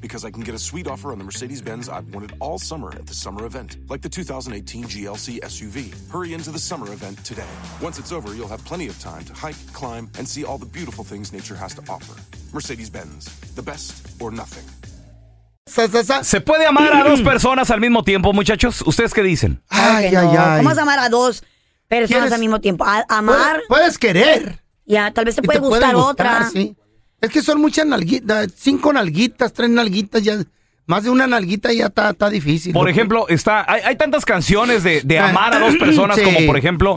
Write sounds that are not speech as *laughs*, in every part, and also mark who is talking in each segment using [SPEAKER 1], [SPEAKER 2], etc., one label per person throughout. [SPEAKER 1] Because I can get a sweet offer on the Mercedes Benz I've wanted all summer at the summer event, like the 2018 GLC SUV. Hurry into the summer event today. Once it's over, you'll have plenty of time to hike, climb, and see all the beautiful things nature has to offer. Mercedes Benz, the best or nothing.
[SPEAKER 2] Sa, sa, sa.
[SPEAKER 3] ¿Se puede amar a
[SPEAKER 2] *clears throat*
[SPEAKER 3] dos personas al mismo tiempo, muchachos? ¿Ustedes qué dicen?
[SPEAKER 4] Claro
[SPEAKER 2] Ay,
[SPEAKER 4] que
[SPEAKER 2] ay,
[SPEAKER 4] no.
[SPEAKER 2] ay.
[SPEAKER 4] ¿Cómo vas a amar a dos personas
[SPEAKER 2] ¿Quieres-
[SPEAKER 4] al mismo tiempo? A- amar,
[SPEAKER 2] Puedes, puedes querer.
[SPEAKER 4] ya, tal vez te
[SPEAKER 2] y
[SPEAKER 4] puede
[SPEAKER 2] pueden
[SPEAKER 4] gustar, otra.
[SPEAKER 2] sí. Es que son muchas nalguitas, cinco nalguitas, tres nalguitas, ya. Más de una nalguita ya está, está difícil.
[SPEAKER 3] Por
[SPEAKER 2] ¿no?
[SPEAKER 3] ejemplo, está hay, hay tantas canciones de, de
[SPEAKER 2] Ah.
[SPEAKER 3] amar a dos personas
[SPEAKER 2] *clears throat* Sí.
[SPEAKER 3] como por ejemplo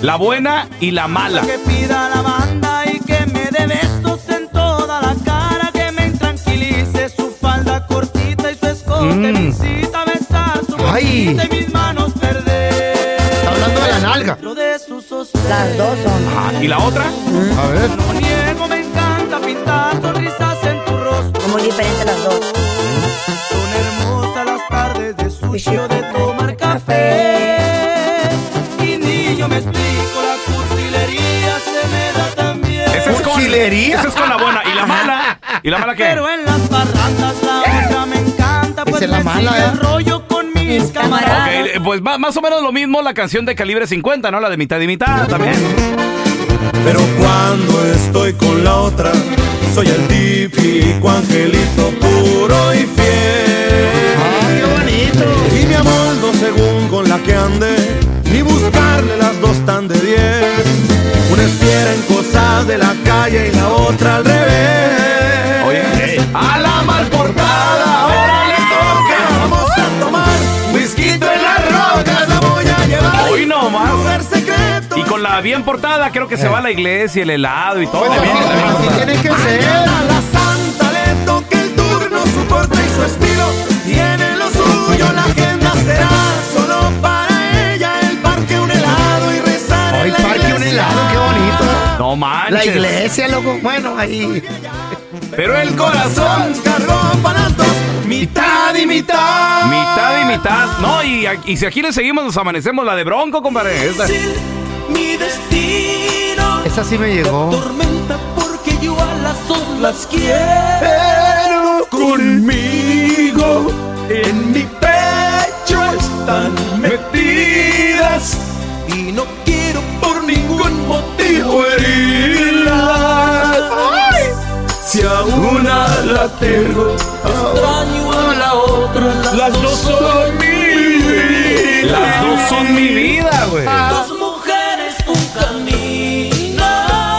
[SPEAKER 3] La buena y la mala.
[SPEAKER 5] Que pida la banda y que me dé besos en toda la cara, que me intranquilice su falda cortita y su escote, me incita a besar su
[SPEAKER 2] Mm. Ay.
[SPEAKER 5] boquita y mis manos perder.
[SPEAKER 2] Está hablando de la nalga.
[SPEAKER 5] Dentro de sus sostenes.
[SPEAKER 4] Las dos son.
[SPEAKER 3] Ah, y la otra,
[SPEAKER 2] A ver.
[SPEAKER 5] No niego, me encanta pintar sonrisas en tu rostro.
[SPEAKER 4] Son muy diferentes las dos.
[SPEAKER 5] Son hermosas las tardes de sucio
[SPEAKER 4] sí.
[SPEAKER 5] de tomar café. Y ni yo me explico, la cursilería se me da también.
[SPEAKER 3] esa es con,
[SPEAKER 2] Cursilería.
[SPEAKER 3] esa es con la
[SPEAKER 2] *clears throat*
[SPEAKER 3] buena y la mala. ¿Y la mala qué?
[SPEAKER 5] Pero en las parrandas la otra me encanta
[SPEAKER 2] Esa
[SPEAKER 5] pues
[SPEAKER 2] es la
[SPEAKER 5] me
[SPEAKER 2] mala,
[SPEAKER 5] sigue
[SPEAKER 2] ¿eh?
[SPEAKER 5] el rollo con mis camaradas.
[SPEAKER 3] Ok, eh, pues va- más o menos lo mismo la canción de calibre 50, ¿no? La de mitad y mitad también.
[SPEAKER 6] Pero cuando estoy con la otra, soy el típico angelito puro y fiel.
[SPEAKER 2] Ah, qué bonito.
[SPEAKER 6] Y mi amor no según con la que ande, ni buscarle las dos tan de diez. Una es fiera en cosas de la calle y la otra al revés.
[SPEAKER 3] Oye, eh,
[SPEAKER 6] a la mal portada, ahora le toca. Vamos a tomar whisky en la roca, la voy a llevar.
[SPEAKER 3] Hoy no más.
[SPEAKER 6] Lugar secreto.
[SPEAKER 3] y con la bien portada creo que
[SPEAKER 2] Eh.
[SPEAKER 3] se va a la iglesia, el helado y todo.
[SPEAKER 2] Pues
[SPEAKER 3] también.
[SPEAKER 2] así, así tiene que
[SPEAKER 6] Mañana
[SPEAKER 2] ser.
[SPEAKER 6] la santa le toque el turno, su porte y su estilo tiene lo suyo. La agenda será solo para ella. El parque un helado y rezar en
[SPEAKER 2] Ay,
[SPEAKER 6] la
[SPEAKER 2] parque un
[SPEAKER 6] iglesia.
[SPEAKER 2] helado, qué bonito.
[SPEAKER 3] No manches.
[SPEAKER 2] La iglesia, loco. Bueno, ahí.
[SPEAKER 3] Pero el corazón
[SPEAKER 6] Corazón cargó para las dos, mitad y mitad.
[SPEAKER 3] Mitad y mitad. No, y, y si aquí le seguimos, nos amanecemos la de Bronco, compadre. Esta.
[SPEAKER 5] Mi destino
[SPEAKER 2] Esa sí me llegó.
[SPEAKER 5] tormenta porque yo a las olas quiero.
[SPEAKER 6] Pero conmigo en mi pecho están metidas y no quiero por ningún motivo herirlas. Si a una la tengo, extraño a la otra. Las dos son mi vida.
[SPEAKER 3] Las dos son mi vida, güey.
[SPEAKER 5] Dos mujeres, un camino.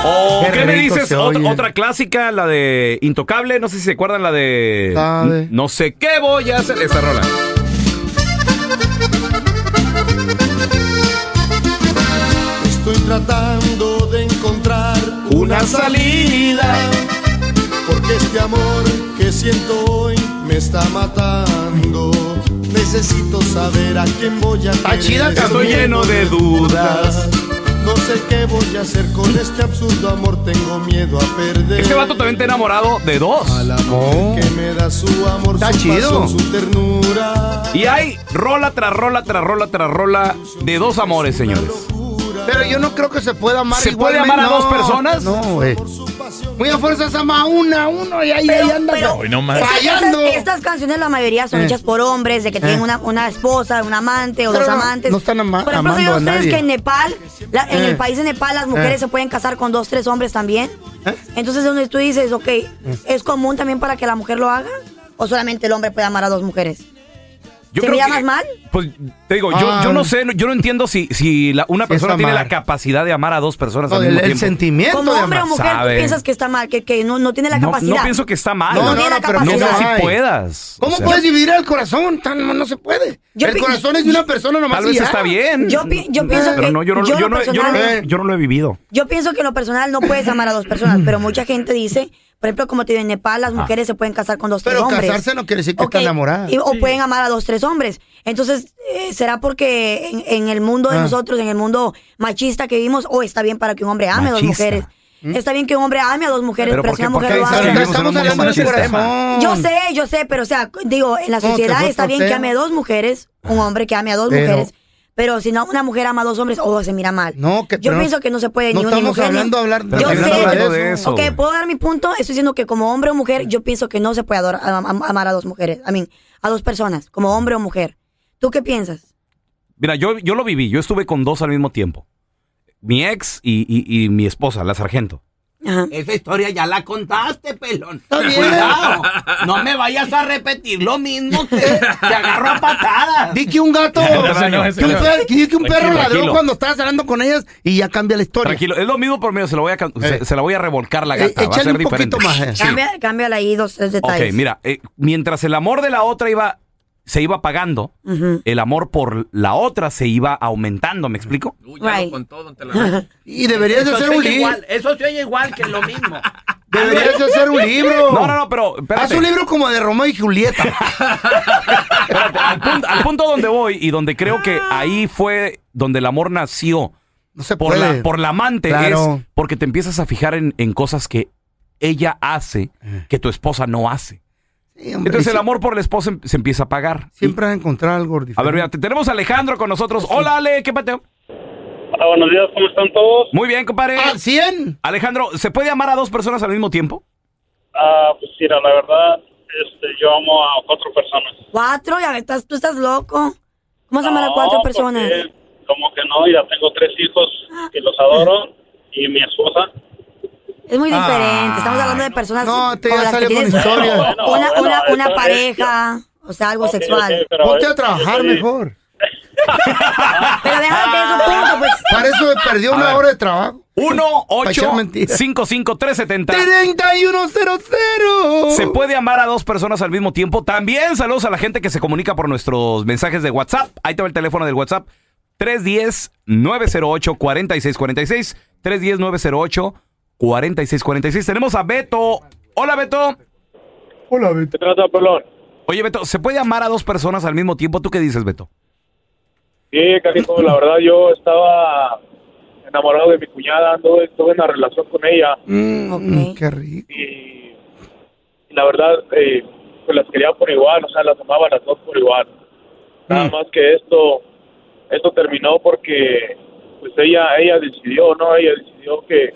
[SPEAKER 3] O,
[SPEAKER 2] Qué
[SPEAKER 3] Oh, ¿Qué me
[SPEAKER 2] rico
[SPEAKER 3] dices?
[SPEAKER 2] se
[SPEAKER 3] Ot-
[SPEAKER 2] oye.
[SPEAKER 3] otra clásica, la de Intocable. No sé si se acuerdan la de.
[SPEAKER 2] Sabe.
[SPEAKER 3] No sé qué voy a hacer. Esa rola.
[SPEAKER 6] Estoy tratando de encontrar una salida. Porque este amor que siento hoy me está matando. Necesito saber a quién voy a
[SPEAKER 2] Está Ah, chida,
[SPEAKER 6] querer.
[SPEAKER 3] Estoy lleno de dudas.
[SPEAKER 6] No sé qué voy a hacer con este absurdo amor. Tengo miedo a perder.
[SPEAKER 3] Este vato también está enamorado de dos.
[SPEAKER 6] La mujer que me da su amor,
[SPEAKER 2] Está
[SPEAKER 6] su
[SPEAKER 2] chido.
[SPEAKER 6] pasión, su ternura.
[SPEAKER 3] Y hay rola tras rola tras rola tras rola de dos amores, señores.
[SPEAKER 2] Pero yo no creo que se pueda amar
[SPEAKER 3] ¿Se puede
[SPEAKER 2] igualmente,
[SPEAKER 3] amar a
[SPEAKER 2] no,
[SPEAKER 3] dos personas?
[SPEAKER 2] No, güey. Muy a fuerzas ama a una, uno y ahí, ahí anda.
[SPEAKER 7] Hoy no más.
[SPEAKER 4] Estas-
[SPEAKER 2] fallando.
[SPEAKER 4] Estas, estas canciones la mayoría son
[SPEAKER 2] Eh.
[SPEAKER 4] hechas por hombres, de que tienen una, una esposa, un amante o
[SPEAKER 2] Pero
[SPEAKER 4] dos
[SPEAKER 2] no-
[SPEAKER 4] amantes.
[SPEAKER 2] no están ama-
[SPEAKER 4] Por ejemplo,
[SPEAKER 2] amando a
[SPEAKER 4] ¿sabían ustedes
[SPEAKER 2] nadie.
[SPEAKER 4] que en Nepal, la- en
[SPEAKER 2] Eh.
[SPEAKER 4] el país de Nepal, las mujeres
[SPEAKER 2] Eh.
[SPEAKER 4] se pueden casar con dos, tres hombres también? Entonces, donde tú dices, ok,
[SPEAKER 2] Eh.
[SPEAKER 4] ¿es común también para que la mujer lo haga? ¿O solamente el hombre puede amar a dos mujeres?
[SPEAKER 3] Yo
[SPEAKER 4] ¿Se
[SPEAKER 3] creo
[SPEAKER 4] me
[SPEAKER 3] que-
[SPEAKER 4] llamas mal?
[SPEAKER 3] Pues te digo, yo,
[SPEAKER 2] Ah.
[SPEAKER 3] yo no sé, no- yo no entiendo si, si la- una
[SPEAKER 2] Sí,
[SPEAKER 3] persona
[SPEAKER 2] es
[SPEAKER 3] tiene la
[SPEAKER 2] amar.
[SPEAKER 3] capacidad de amar a dos personas
[SPEAKER 2] No,
[SPEAKER 3] al
[SPEAKER 2] el,
[SPEAKER 3] mismo
[SPEAKER 2] el
[SPEAKER 3] tiempo.
[SPEAKER 2] sentimiento
[SPEAKER 4] Como
[SPEAKER 2] de
[SPEAKER 4] hombre o
[SPEAKER 2] amar.
[SPEAKER 4] mujer,
[SPEAKER 3] sabe.
[SPEAKER 4] ¿tú piensas que está mal? Que, que no, no tiene la
[SPEAKER 3] No,
[SPEAKER 4] capacidad.
[SPEAKER 3] no pienso que está mal.
[SPEAKER 2] No,
[SPEAKER 3] No,
[SPEAKER 2] no,
[SPEAKER 3] no,
[SPEAKER 4] tiene
[SPEAKER 2] no,
[SPEAKER 4] la
[SPEAKER 2] pero
[SPEAKER 4] capacidad.
[SPEAKER 2] mira,
[SPEAKER 3] sé
[SPEAKER 2] ay,
[SPEAKER 3] si puedas.
[SPEAKER 2] ¿Cómo
[SPEAKER 3] O sea,
[SPEAKER 2] puedes dividir al corazón? Tan, no se puede.
[SPEAKER 4] Yo
[SPEAKER 2] el
[SPEAKER 4] pi-
[SPEAKER 2] corazón es de una persona nomás
[SPEAKER 3] Tal
[SPEAKER 2] y
[SPEAKER 3] vez
[SPEAKER 2] ya.
[SPEAKER 3] está bien. Mm,
[SPEAKER 4] Yo pi- yo pienso
[SPEAKER 3] pero
[SPEAKER 4] que-
[SPEAKER 3] no, yo no, lo-
[SPEAKER 4] yo en
[SPEAKER 3] yo
[SPEAKER 4] lo
[SPEAKER 3] no- yo no lo-
[SPEAKER 4] personal-
[SPEAKER 3] yo no lo he vivido.
[SPEAKER 4] Yo pienso que en lo personal no puedes amar a dos personas, pero mucha gente dice, por ejemplo, como te digo, en Nepal las mujeres se pueden casar con dos,
[SPEAKER 2] Ah. Pero
[SPEAKER 4] tres hombres.
[SPEAKER 2] casarse no quiere decir que está
[SPEAKER 4] Ok,
[SPEAKER 2] enamorada.
[SPEAKER 4] y- o pueden amar a dos, tres hombres. Entonces, eh, ¿será porque en, en el mundo de
[SPEAKER 2] Ah.
[SPEAKER 4] nosotros, en el mundo machista que vivimos, o está bien para que un hombre ame a dos
[SPEAKER 3] Machista.
[SPEAKER 4] mujeres?
[SPEAKER 2] ¿Mm?
[SPEAKER 4] Está bien que un hombre ame a dos mujeres,
[SPEAKER 3] Pero
[SPEAKER 4] pero,
[SPEAKER 3] ¿por
[SPEAKER 4] si
[SPEAKER 3] qué?
[SPEAKER 4] una
[SPEAKER 3] ¿Por
[SPEAKER 4] mujer
[SPEAKER 3] qué
[SPEAKER 4] lo
[SPEAKER 3] dices
[SPEAKER 4] ama.
[SPEAKER 3] que
[SPEAKER 2] Pero
[SPEAKER 3] vivimos en
[SPEAKER 2] estamos
[SPEAKER 3] un mundo
[SPEAKER 2] hablando del
[SPEAKER 3] machista.
[SPEAKER 2] corazón.
[SPEAKER 4] Yo sé, yo sé, pero o sea, digo, en la
[SPEAKER 2] No, te
[SPEAKER 4] sociedad
[SPEAKER 2] fue
[SPEAKER 4] está bien
[SPEAKER 2] por
[SPEAKER 4] que
[SPEAKER 2] tema.
[SPEAKER 4] ame a dos mujeres, un hombre que ame a dos
[SPEAKER 2] Pero-
[SPEAKER 4] mujeres. Pero si no, una mujer ama a dos hombres, oh, se mira mal.
[SPEAKER 2] No, que-
[SPEAKER 4] Yo
[SPEAKER 2] pero no-
[SPEAKER 4] pienso que no se puede
[SPEAKER 2] no
[SPEAKER 4] pues, ni una ni
[SPEAKER 2] estamos
[SPEAKER 4] mujer. ni-
[SPEAKER 2] hablando- hablar-
[SPEAKER 4] Yo
[SPEAKER 3] estamos
[SPEAKER 4] sé,
[SPEAKER 3] hablando
[SPEAKER 4] pero-
[SPEAKER 3] de eso,
[SPEAKER 4] Ok,
[SPEAKER 3] güey.
[SPEAKER 4] ¿puedo dar mi punto? Estoy diciendo que como hombre o mujer, yo pienso que no se puede adorar- am- am- amar a dos mujeres. A mí, a dos personas, como hombre o mujer. ¿Tú qué piensas?
[SPEAKER 3] Mira, yo, yo lo viví. Yo estuve con dos al mismo tiempo. Mi ex y, y- y mi esposa, la sargento.
[SPEAKER 4] Ajá.
[SPEAKER 8] Esa historia ya la contaste, pelón.
[SPEAKER 2] Está bien.
[SPEAKER 8] Cuidado. No me vayas a repetir lo mismo que te agarro a patadas.
[SPEAKER 2] Di que un gato,
[SPEAKER 7] no, no,
[SPEAKER 2] que un
[SPEAKER 7] no.
[SPEAKER 2] perro, di que un perro
[SPEAKER 3] Tranquilo,
[SPEAKER 2] ladró
[SPEAKER 3] tranquilo.
[SPEAKER 2] cuando estabas hablando con ellas y ya cambia la historia.
[SPEAKER 3] Tranquilo, es lo mismo por mí. Se, lo voy a ca- se,
[SPEAKER 2] Eh.
[SPEAKER 3] se la voy a revolcar la
[SPEAKER 2] Eh,
[SPEAKER 3] gata. va a
[SPEAKER 2] échale
[SPEAKER 3] ser
[SPEAKER 2] un poquito
[SPEAKER 3] diferente.
[SPEAKER 2] más, eh.
[SPEAKER 4] Cambia, cámbiala ahí dos, tres
[SPEAKER 3] Ok,
[SPEAKER 4] detalles.
[SPEAKER 3] mira, eh, mientras el amor de la otra iba se iba apagando,
[SPEAKER 4] Ujú.
[SPEAKER 3] el amor por la otra se iba aumentando, ¿me explico?
[SPEAKER 7] Uy, ya lo
[SPEAKER 4] Right.
[SPEAKER 7] con todo, te la-
[SPEAKER 2] Y deberías de
[SPEAKER 8] Eso
[SPEAKER 2] hacer
[SPEAKER 8] se
[SPEAKER 2] un
[SPEAKER 8] oye
[SPEAKER 2] libro.
[SPEAKER 8] igual, eso se oye igual que lo mismo.
[SPEAKER 2] Deberías de hacer un libro.
[SPEAKER 3] Ah, No, no, no, pero espérate,
[SPEAKER 2] Haz un libro como de Romeo y Julieta.
[SPEAKER 3] *laughs* espérate, al, punto, al punto donde voy y donde creo que ahí fue donde el amor nació
[SPEAKER 2] No se
[SPEAKER 3] por
[SPEAKER 2] puede.
[SPEAKER 3] la, por la amante
[SPEAKER 2] Claro.
[SPEAKER 3] es porque te empiezas a fijar en, en cosas que ella hace que tu esposa no hace.
[SPEAKER 2] Eh. Sí, hombre,
[SPEAKER 3] Entonces el
[SPEAKER 2] y si-
[SPEAKER 3] amor por la esposa em- se empieza a apagar.
[SPEAKER 2] Siempre vas a encontrar algo diferente.
[SPEAKER 3] A ver, mira, te- tenemos a Alejandro con nosotros. Hola, Ale, ¿qué pateo?
[SPEAKER 9] Hola, buenos días, ¿cómo están todos?
[SPEAKER 3] Muy bien, compadre.
[SPEAKER 2] ¡Al 100!
[SPEAKER 3] Alejandro, ¿se puede amar a dos personas al mismo tiempo?
[SPEAKER 9] Ah, pues mira, la verdad, este, yo amo a cuatro personas.
[SPEAKER 4] Cuatro, ya estás, tú estás loco. Vamos a amar a
[SPEAKER 9] No,
[SPEAKER 4] cuatro
[SPEAKER 9] porque
[SPEAKER 4] personas.
[SPEAKER 9] Como que no, ya tengo tres hijos que los adoro y mi esposa.
[SPEAKER 4] Es muy diferente. Estamos hablando de personas
[SPEAKER 2] Ah, No, te-
[SPEAKER 4] con
[SPEAKER 2] ya
[SPEAKER 4] las que
[SPEAKER 2] salió con
[SPEAKER 4] tienes
[SPEAKER 2] historia.
[SPEAKER 4] una,
[SPEAKER 9] Bueno, bueno,
[SPEAKER 4] una, una
[SPEAKER 9] eso es-
[SPEAKER 4] pareja, o sea, algo
[SPEAKER 9] Ok,
[SPEAKER 4] sexual.
[SPEAKER 9] ok, pero
[SPEAKER 2] Ponte
[SPEAKER 9] es-
[SPEAKER 2] a trabajar
[SPEAKER 9] yo soy-
[SPEAKER 2] mejor. Ah.
[SPEAKER 4] Pero déjame que es un punto, pues.
[SPEAKER 2] Para eso me perdió una
[SPEAKER 3] ver.
[SPEAKER 2] hora de trabajo.
[SPEAKER 3] 1 8
[SPEAKER 2] echar mentiras.
[SPEAKER 3] 55 370
[SPEAKER 2] 3100.
[SPEAKER 3] Se puede amar a dos personas al mismo tiempo. También saludos a la gente que se comunica por nuestros mensajes de WhatsApp. Ahí te va el teléfono del WhatsApp. 310-908-4646. 310-908-4646. Tenemos a Beto. Hola, Beto.
[SPEAKER 2] Hola, Beto.
[SPEAKER 9] ¿Qué trata, pelón?
[SPEAKER 3] Oye, Beto, ¿se puede amar a dos personas al mismo tiempo? ¿Tú qué dices, Beto?
[SPEAKER 9] Sí, carico, la verdad, yo estaba enamorado de mi cuñada, anduve, tuve una relación con ella
[SPEAKER 2] Mm,
[SPEAKER 4] Ok.
[SPEAKER 2] Qué rico.
[SPEAKER 9] y, y la verdad, eh, pues las quería por igual, o sea, las amaba las dos por igual. Nada
[SPEAKER 2] Mm.
[SPEAKER 9] más que esto, esto terminó porque, pues ella, ella decidió, ¿no? Ella decidió que,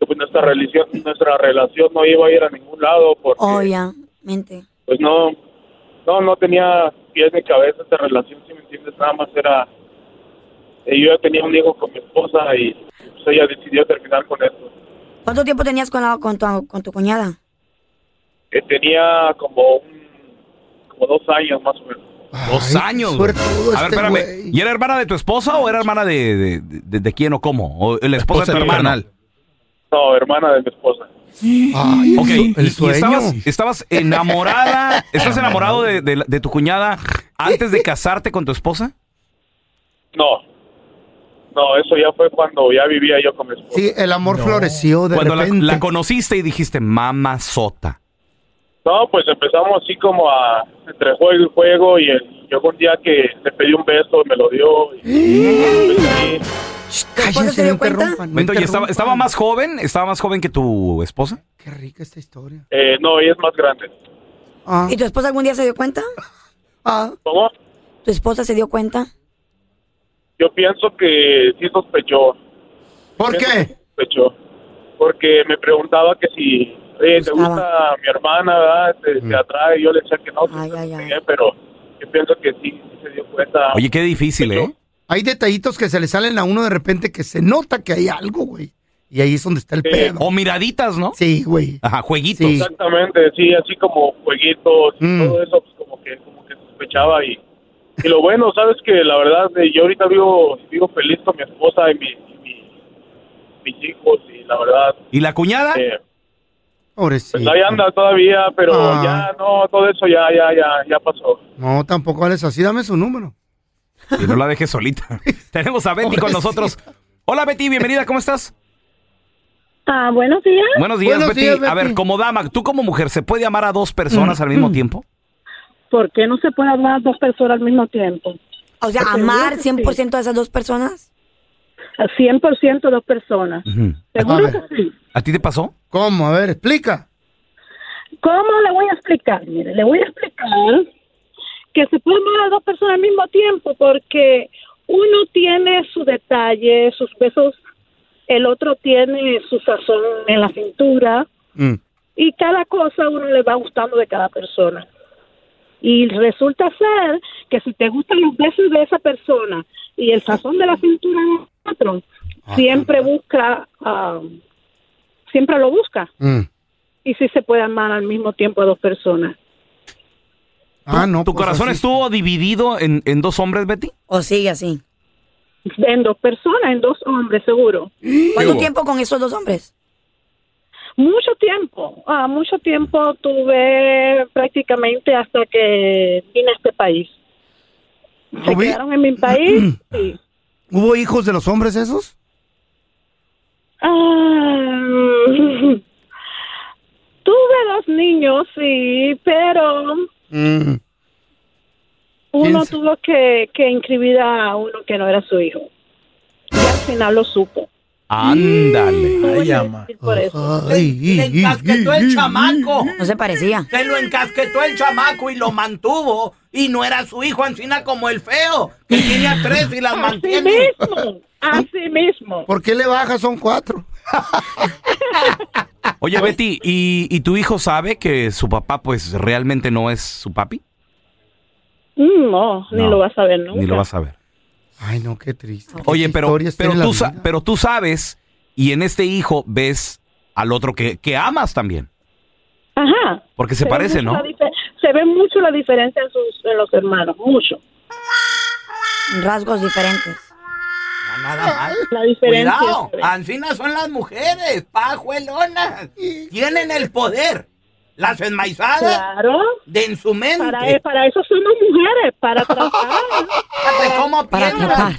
[SPEAKER 9] que, pues, nuestra relación, nuestra relación no iba a ir a ningún lado porque,
[SPEAKER 4] Oh, Obviamente.
[SPEAKER 9] pues no, no, no tenía pies ni cabeza esta relación, si me entiendes, nada más era, eh, yo ya tenía un hijo con mi esposa y pues, ella decidió terminar con esto.
[SPEAKER 4] ¿Cuánto tiempo tenías con, la- con, tu, con tu cuñada?
[SPEAKER 9] Eh, tenía como un, como dos años más o menos.
[SPEAKER 3] Dos
[SPEAKER 2] Ay, qué
[SPEAKER 3] años. güey.
[SPEAKER 2] suertudo
[SPEAKER 3] a ver,
[SPEAKER 2] este
[SPEAKER 3] espérame.
[SPEAKER 2] güey.
[SPEAKER 3] ¿Y era hermana de tu esposa o era hermana de, de, de- de quién o cómo? ¿O la esposa,
[SPEAKER 7] Esposa
[SPEAKER 3] de
[SPEAKER 7] del
[SPEAKER 3] tu hermano?
[SPEAKER 7] carnal.
[SPEAKER 9] No, hermana de mi esposa.
[SPEAKER 2] Ay, el
[SPEAKER 3] Ok,
[SPEAKER 2] su-
[SPEAKER 3] y-
[SPEAKER 2] el
[SPEAKER 3] y
[SPEAKER 2] sueño.
[SPEAKER 3] estabas, estabas
[SPEAKER 2] *laughs*
[SPEAKER 3] enamorada, estás enamorado de, de la- de tu cuñada antes de casarte con tu esposa.
[SPEAKER 9] No, no, eso ya fue cuando ya vivía yo con mi esposa.
[SPEAKER 2] Sí, el amor floreció de
[SPEAKER 3] Cuando la,
[SPEAKER 2] repente.
[SPEAKER 3] la conociste y dijiste, mamá sota.
[SPEAKER 9] No, pues empezamos así como a entre juego y juego y el- yo un día que le pedí un beso y me lo dio. Y,
[SPEAKER 3] ¡Eh!
[SPEAKER 9] pues, ahí,
[SPEAKER 2] Shh,
[SPEAKER 4] esposa
[SPEAKER 2] Cállense,
[SPEAKER 4] se
[SPEAKER 2] no
[SPEAKER 4] dio cuenta?
[SPEAKER 2] interrumpan. no
[SPEAKER 3] Entonces, estaba,
[SPEAKER 2] interrumpan.
[SPEAKER 3] estaba más joven, estaba más joven que tu esposa.
[SPEAKER 2] Qué rica esta historia.
[SPEAKER 9] eh, no, ella es más grande.
[SPEAKER 2] Ah,
[SPEAKER 4] ¿Y tu esposa algún día se dio cuenta?
[SPEAKER 2] ah,
[SPEAKER 9] ¿Cómo?
[SPEAKER 4] ¿Tu esposa se dio cuenta?
[SPEAKER 9] Yo pienso que sí sospechó.
[SPEAKER 2] ¿Por qué?
[SPEAKER 9] Porque me preguntaba que si, oye, ¿te gusta mi hermana, verdad? Este, ¿Te, te atrae? Yo le decía que no, pues, sí, pero yo pienso que sí, sí se dio cuenta.
[SPEAKER 3] Oye, qué difícil, ¿eh?
[SPEAKER 2] Hay detallitos que se le salen a uno de repente que se nota que hay algo, güey. Y ahí es donde está el pedo.
[SPEAKER 3] O miraditas, ¿no?
[SPEAKER 2] Sí, güey.
[SPEAKER 3] Ajá, jueguitos.
[SPEAKER 9] Exactamente, sí, así como jueguitos y
[SPEAKER 2] Mm.
[SPEAKER 9] todo eso, pues como que, como que sospechaba y, y lo bueno, sabes que la verdad, eh, yo ahorita vivo, vivo feliz con mi esposa y, mi, y mi- mis hijos y la verdad,
[SPEAKER 3] ¿Y la cuñada?
[SPEAKER 9] eh,
[SPEAKER 2] Pobrecito.
[SPEAKER 9] pues ahí anda todavía, pero
[SPEAKER 2] Ah.
[SPEAKER 9] ya no, todo eso ya, ya, ya, ya pasó.
[SPEAKER 2] No, tampoco vales así. Dame su número.
[SPEAKER 3] Y no la dejes
[SPEAKER 2] *laughs*
[SPEAKER 3] solita. Tenemos a Betty con nosotros. Hola, Betty, bienvenida, ¿cómo estás?
[SPEAKER 7] Ah, buenos días.
[SPEAKER 3] Buenos días, Betty. A ver, como dama, tú como mujer, ¿se puede amar a dos
[SPEAKER 2] Mm,
[SPEAKER 3] personas al mismo tiempo?
[SPEAKER 7] ¿Por qué no se puede amar dos personas al mismo tiempo?
[SPEAKER 4] O sea,
[SPEAKER 7] Porque
[SPEAKER 4] amar
[SPEAKER 7] yo creo que
[SPEAKER 4] 100% de esas dos personas.
[SPEAKER 7] Al 100% dos personas.
[SPEAKER 3] Ujú.
[SPEAKER 7] Seguro
[SPEAKER 3] A ver.
[SPEAKER 7] que sí.
[SPEAKER 3] ¿A ti te pasó?
[SPEAKER 2] ¿Cómo? A ver, explica.
[SPEAKER 7] ¿Cómo le voy a explicar? Mire, le voy a explicar que se pueden amar a dos personas al mismo tiempo porque uno tiene su detalle, sus besos, el otro tiene su sazón en la cintura y cada cosa a uno le va gustando de cada persona. Y resulta ser que si te gustan los besos de esa persona y el sazón de la cintura de otro, siempre busca, ah, siempre lo busca. Y si se puede amar al mismo tiempo a dos personas.
[SPEAKER 2] Ah, no.
[SPEAKER 3] ¿Tu corazón estuvo dividido en, en dos hombres, Betty?
[SPEAKER 4] ¿O sigue así?
[SPEAKER 7] En dos personas, en dos hombres, seguro.
[SPEAKER 4] ¿Cuánto
[SPEAKER 3] hubo?
[SPEAKER 4] tiempo con esos dos hombres?
[SPEAKER 7] Mucho tiempo, ah, mucho tiempo tuve prácticamente hasta que vine a este país. Se
[SPEAKER 2] Ubi-
[SPEAKER 7] quedaron en mi
[SPEAKER 2] *clears throat*
[SPEAKER 7] país y
[SPEAKER 2] ¿Hubo hijos de los hombres esos?
[SPEAKER 7] Ah, *laughs* tuve dos niños, sí, pero
[SPEAKER 3] Mm.
[SPEAKER 7] uno
[SPEAKER 2] Piensa.
[SPEAKER 7] tuvo que, que inscribir a uno que no era su hijo. Y al final lo supo.
[SPEAKER 3] Ándale.
[SPEAKER 8] Ay,
[SPEAKER 7] Por eso.
[SPEAKER 8] Le encasquetó el chamaco.
[SPEAKER 4] No se parecía.
[SPEAKER 8] Se lo encasquetó el chamaco y lo mantuvo. Y no era su hijo, Ancina, como el feo, que tiene a tres y las mantiene.
[SPEAKER 7] Así mismo.
[SPEAKER 2] ¿Por qué le bajas? Son cuatro.
[SPEAKER 3] Oye, Betty, ¿y, y tu hijo sabe que su papá, pues, realmente no es su papi?
[SPEAKER 7] Mm, No,
[SPEAKER 3] No,
[SPEAKER 7] ni lo vas a ver nunca.
[SPEAKER 3] Ni lo vas a ver.
[SPEAKER 2] Ay, no, qué triste.
[SPEAKER 3] Oye, pero,
[SPEAKER 2] historias
[SPEAKER 3] pero,
[SPEAKER 2] tiene la
[SPEAKER 3] tú sa- pero tú sabes, y en este hijo ves al otro que, que amas también.
[SPEAKER 7] Ajá.
[SPEAKER 3] Porque se
[SPEAKER 7] ve
[SPEAKER 3] parece,
[SPEAKER 7] mucho
[SPEAKER 3] ¿no?
[SPEAKER 7] la dife- Se ve mucho la diferencia en, sus, en los hermanos, mucho.
[SPEAKER 4] Rasgos diferentes.
[SPEAKER 8] Nada más.
[SPEAKER 7] La diferencia.
[SPEAKER 8] Cuidado, Ancina son las mujeres, pajuelonas. Tienen el poder. Las enmaizadas.
[SPEAKER 7] Claro.
[SPEAKER 8] De en su mente. Ah,
[SPEAKER 7] Para, e, para eso somos mujeres,
[SPEAKER 8] *laughs*
[SPEAKER 7] para tratar.
[SPEAKER 8] pues, ¿Cómo piensan?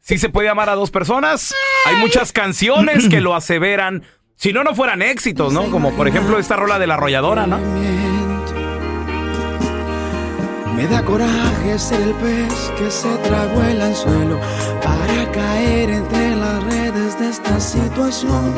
[SPEAKER 3] Sí se puede amar a dos personas. Hay muchas canciones que lo aseveran. Si no, no fueran éxitos, ¿no? Como por ejemplo esta rola de la arrolladora, ¿no?
[SPEAKER 10] Me da coraje ser el pez que se tragó el anzuelo para caer entre las redes de esta situación,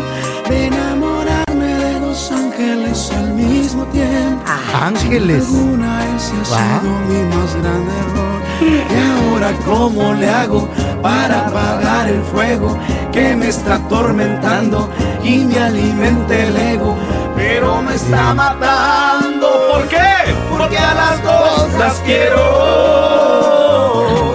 [SPEAKER 10] de enamorarme de dos ángeles al mismo tiempo.
[SPEAKER 2] Ah, Ángeles.
[SPEAKER 10] Sin duda alguna ese ha
[SPEAKER 2] Guau.
[SPEAKER 10] sido mi más grande error. Y ahora cómo le hago para apagar el fuego que me está atormentando y me alimenta el ego, pero me está matando. ¿Por qué? Porque a las dos las quiero.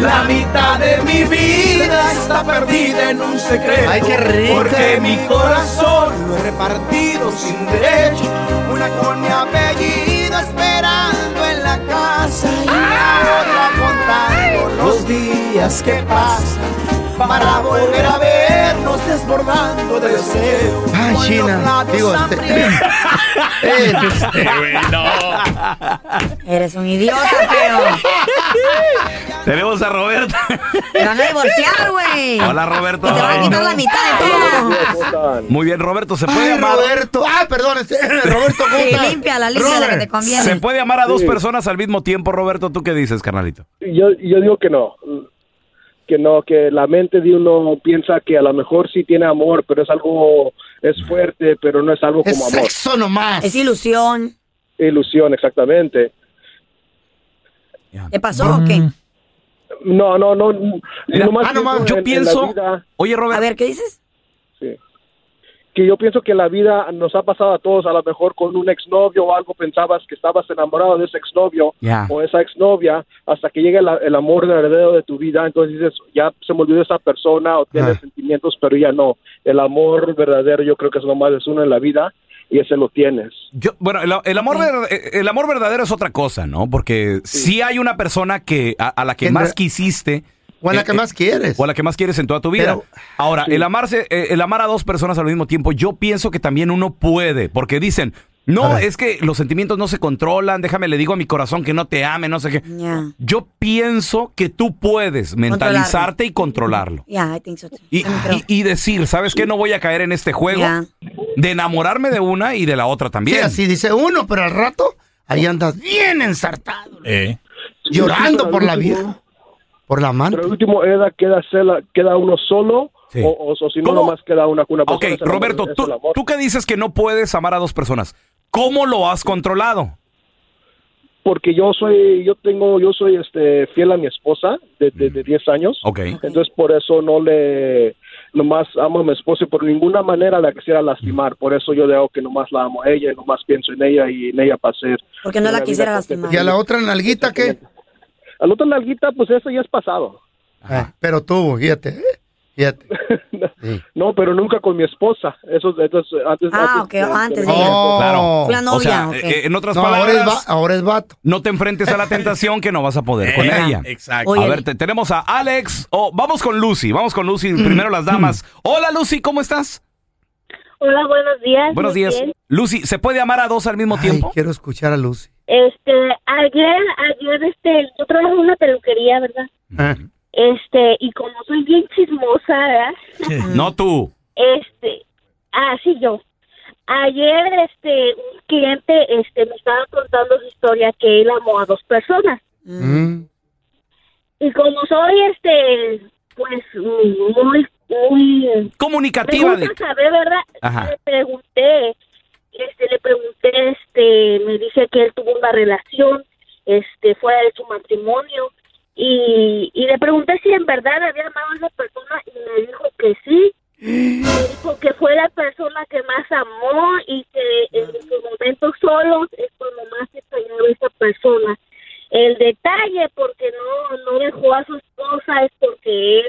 [SPEAKER 10] La mitad de mi vida está perdida en un secreto.
[SPEAKER 5] Ay, qué rico.
[SPEAKER 10] Porque mi corazón lo he repartido sin derecho. Una con mi apellido esperando en la casa. Y la otra contando los días que pasan. Para volver a vernos desbordando de deseo.
[SPEAKER 2] Ay,
[SPEAKER 10] Con los
[SPEAKER 2] China. *laughs*
[SPEAKER 10] labios
[SPEAKER 2] Digo, este-
[SPEAKER 10] hambrientos.
[SPEAKER 2] Eh,
[SPEAKER 4] *laughs*
[SPEAKER 3] este,
[SPEAKER 4] Eres un idiota, feo.
[SPEAKER 3] Tenemos a Roberto.
[SPEAKER 4] Te van a divorciar, güey.
[SPEAKER 3] Hola, Roberto.
[SPEAKER 4] Te van a quitar la mitad de todo.
[SPEAKER 3] Muy bien, Roberto, ¿se puede
[SPEAKER 2] Ay,
[SPEAKER 3] amar?
[SPEAKER 2] Roberto. Ah, perdón, este, *laughs* Roberto
[SPEAKER 4] Sí,
[SPEAKER 2] Gómez.
[SPEAKER 4] límpiala, límpiala, que te conviene.
[SPEAKER 3] ¿Se puede amar a dos
[SPEAKER 9] Sí.
[SPEAKER 3] personas al mismo tiempo, Roberto? ¿Tú qué dices, carnalito?
[SPEAKER 9] Yo, yo digo que no, que no, que la mente de uno piensa que a lo mejor sí tiene amor, pero es algo, es fuerte, pero no es algo como amor.
[SPEAKER 2] nomás.
[SPEAKER 4] Es ilusión.
[SPEAKER 9] Ilusión, exactamente.
[SPEAKER 4] ¿Te pasó o qué?
[SPEAKER 11] No, no, no.
[SPEAKER 3] Mira,
[SPEAKER 11] nomás
[SPEAKER 3] ah, nomás, yo
[SPEAKER 11] en- en la
[SPEAKER 3] pienso-
[SPEAKER 11] vida.
[SPEAKER 3] Oye, Robert.
[SPEAKER 4] A ver, ¿qué dices?
[SPEAKER 11] Sí. Que yo pienso que la vida nos ha pasado a todos, a lo mejor con un exnovio o algo pensabas que estabas enamorado de ese exnovio
[SPEAKER 3] Ya.
[SPEAKER 11] o esa exnovia, hasta que llega la- el amor verdadero de tu vida, entonces dices, ya se me olvidó esa persona o tienes sentimientos, pero ya no. El amor verdadero yo creo que es nomás es uno en la vida y ese lo tienes.
[SPEAKER 3] Yo, bueno, el, el amor ver- el amor verdadero es otra cosa, ¿no? Porque sí, hay una persona que a, a la que
[SPEAKER 2] Que
[SPEAKER 3] más
[SPEAKER 2] no-
[SPEAKER 3] quisiste. eh,
[SPEAKER 2] O a la que más quieres.
[SPEAKER 3] O a la que más quieres en toda tu vida.
[SPEAKER 2] Pero-
[SPEAKER 3] Ahora,
[SPEAKER 2] Sí.
[SPEAKER 3] el amarse, eh, el amar a dos personas al mismo tiempo, yo pienso que también uno puede, porque dicen, no, es que los sentimientos no se controlan, déjame, le digo a mi corazón que no te ame, no sé qué.
[SPEAKER 4] Ya,
[SPEAKER 3] Yo pienso que tú puedes mentalizarte y controlarlo.
[SPEAKER 4] ya, I think so. too.
[SPEAKER 3] Y, y- y decir, ¿sabes qué? No voy a caer en este juego
[SPEAKER 4] Ya.
[SPEAKER 3] de enamorarme de una y de la otra también.
[SPEAKER 2] Sí, así dice uno, pero al rato ahí andas bien ensartado, llorando
[SPEAKER 11] Pero
[SPEAKER 2] por
[SPEAKER 11] al
[SPEAKER 2] la
[SPEAKER 11] último-
[SPEAKER 2] vieja. Por la amante.
[SPEAKER 11] Pero el último era, queda, sola- queda uno solo
[SPEAKER 3] Sí.
[SPEAKER 11] o, o- o si no,
[SPEAKER 3] ¿Cómo?
[SPEAKER 11] nomás queda una con una
[SPEAKER 3] Ok,
[SPEAKER 11] persona. es el amor-
[SPEAKER 3] Roberto,
[SPEAKER 11] pues, es
[SPEAKER 3] tú,
[SPEAKER 11] el amor.
[SPEAKER 3] tú que dices que no puedes amar a dos personas, ¿cómo lo has controlado?
[SPEAKER 11] porque yo soy yo tengo yo soy este fiel a mi esposa desde de 10 años
[SPEAKER 3] Ok.
[SPEAKER 11] entonces por eso no le nomás amo a mi esposa y por ninguna manera la quisiera lastimar por eso yo digo que nomás la amo a ella y nomás pienso en ella y en ella para ser
[SPEAKER 4] Porque no la quisiera lastimar. ¿Y a la
[SPEAKER 2] otra nalguita qué
[SPEAKER 11] a la otra nalguita pues eso ya es pasado
[SPEAKER 2] Ah, pero tú, fíjate, eh, fíjate.
[SPEAKER 11] no pero nunca con mi esposa eso entonces antes
[SPEAKER 4] Ah,
[SPEAKER 11] antes,
[SPEAKER 4] ok, antes de ella.
[SPEAKER 2] Oh.
[SPEAKER 3] Claro.
[SPEAKER 4] Fui la novia,
[SPEAKER 3] o sea,
[SPEAKER 4] ok.
[SPEAKER 3] eh, en otras
[SPEAKER 2] No, ahora
[SPEAKER 3] palabras,
[SPEAKER 2] es va- ahora es vato.
[SPEAKER 3] no te enfrentes a la tentación que no vas a poder con
[SPEAKER 2] Eh,
[SPEAKER 3] ella.
[SPEAKER 2] exacto.
[SPEAKER 3] a
[SPEAKER 2] Oye,
[SPEAKER 3] ver, te- tenemos a Alex. o vamos con Lucy, vamos con Lucy.
[SPEAKER 4] Mm.
[SPEAKER 3] Primero las damas. Hola, Lucy, ¿cómo estás?
[SPEAKER 12] Hola, buenos días.
[SPEAKER 3] Buenos
[SPEAKER 12] muy
[SPEAKER 3] días.
[SPEAKER 12] bien.
[SPEAKER 3] Lucy, ¿se puede amar a dos al mismo tiempo?
[SPEAKER 2] Quiero escuchar a Lucy.
[SPEAKER 12] Este, ayer, ayer, este, yo trabajo en una peluquería, ¿verdad?
[SPEAKER 3] Mm.
[SPEAKER 12] Este, y como soy bien chismosa, ¿verdad?
[SPEAKER 3] No tú.
[SPEAKER 12] Este, ah, sí, yo. Ayer, este, un cliente, este, me estaba contando su historia que él amó a dos personas. Y como soy, este, pues, muy, muy...
[SPEAKER 3] Comunicativa
[SPEAKER 12] Me
[SPEAKER 3] de-
[SPEAKER 12] gusta saber, ¿verdad?
[SPEAKER 3] Ajá.
[SPEAKER 12] Le pregunté, este, le pregunté, este, me dice que él tuvo una relación, este, fuera de su matrimonio. Y, y le pregunté si en verdad había amado a esa persona y me dijo que sí. Me dijo que fue la persona que más amó y que en sus momentos solos es cuando más extrañaba a esa persona. El detalle, porque no, no dejó a su esposa, es porque él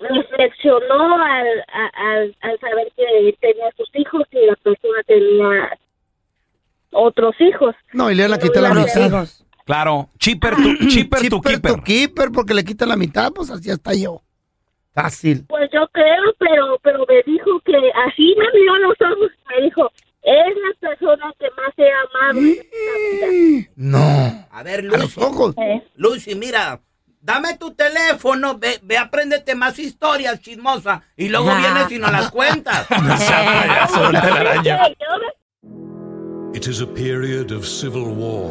[SPEAKER 12] reflexionó al, a- al, al saber que tenía sus hijos y la persona tenía otros hijos.
[SPEAKER 2] No, y le la quita la
[SPEAKER 12] Los
[SPEAKER 2] mitad.
[SPEAKER 3] Claro. Chipper tu, chipper tu keeper.
[SPEAKER 2] Tu keeper, porque le quita la mitad, pues así hasta yo. Fácil.
[SPEAKER 12] Pues yo creo, pero pero me dijo que así me miró los ojos, me dijo, es la persona que más he amado. en esta vida".
[SPEAKER 2] No.
[SPEAKER 8] A ver, Lucy.
[SPEAKER 7] Eh.
[SPEAKER 8] Lucy, mira, dame tu teléfono, ve, ve, apréndete más historias chismosas y luego vienes y nos las cuentas. *laughs*
[SPEAKER 13] It is a period of civil war.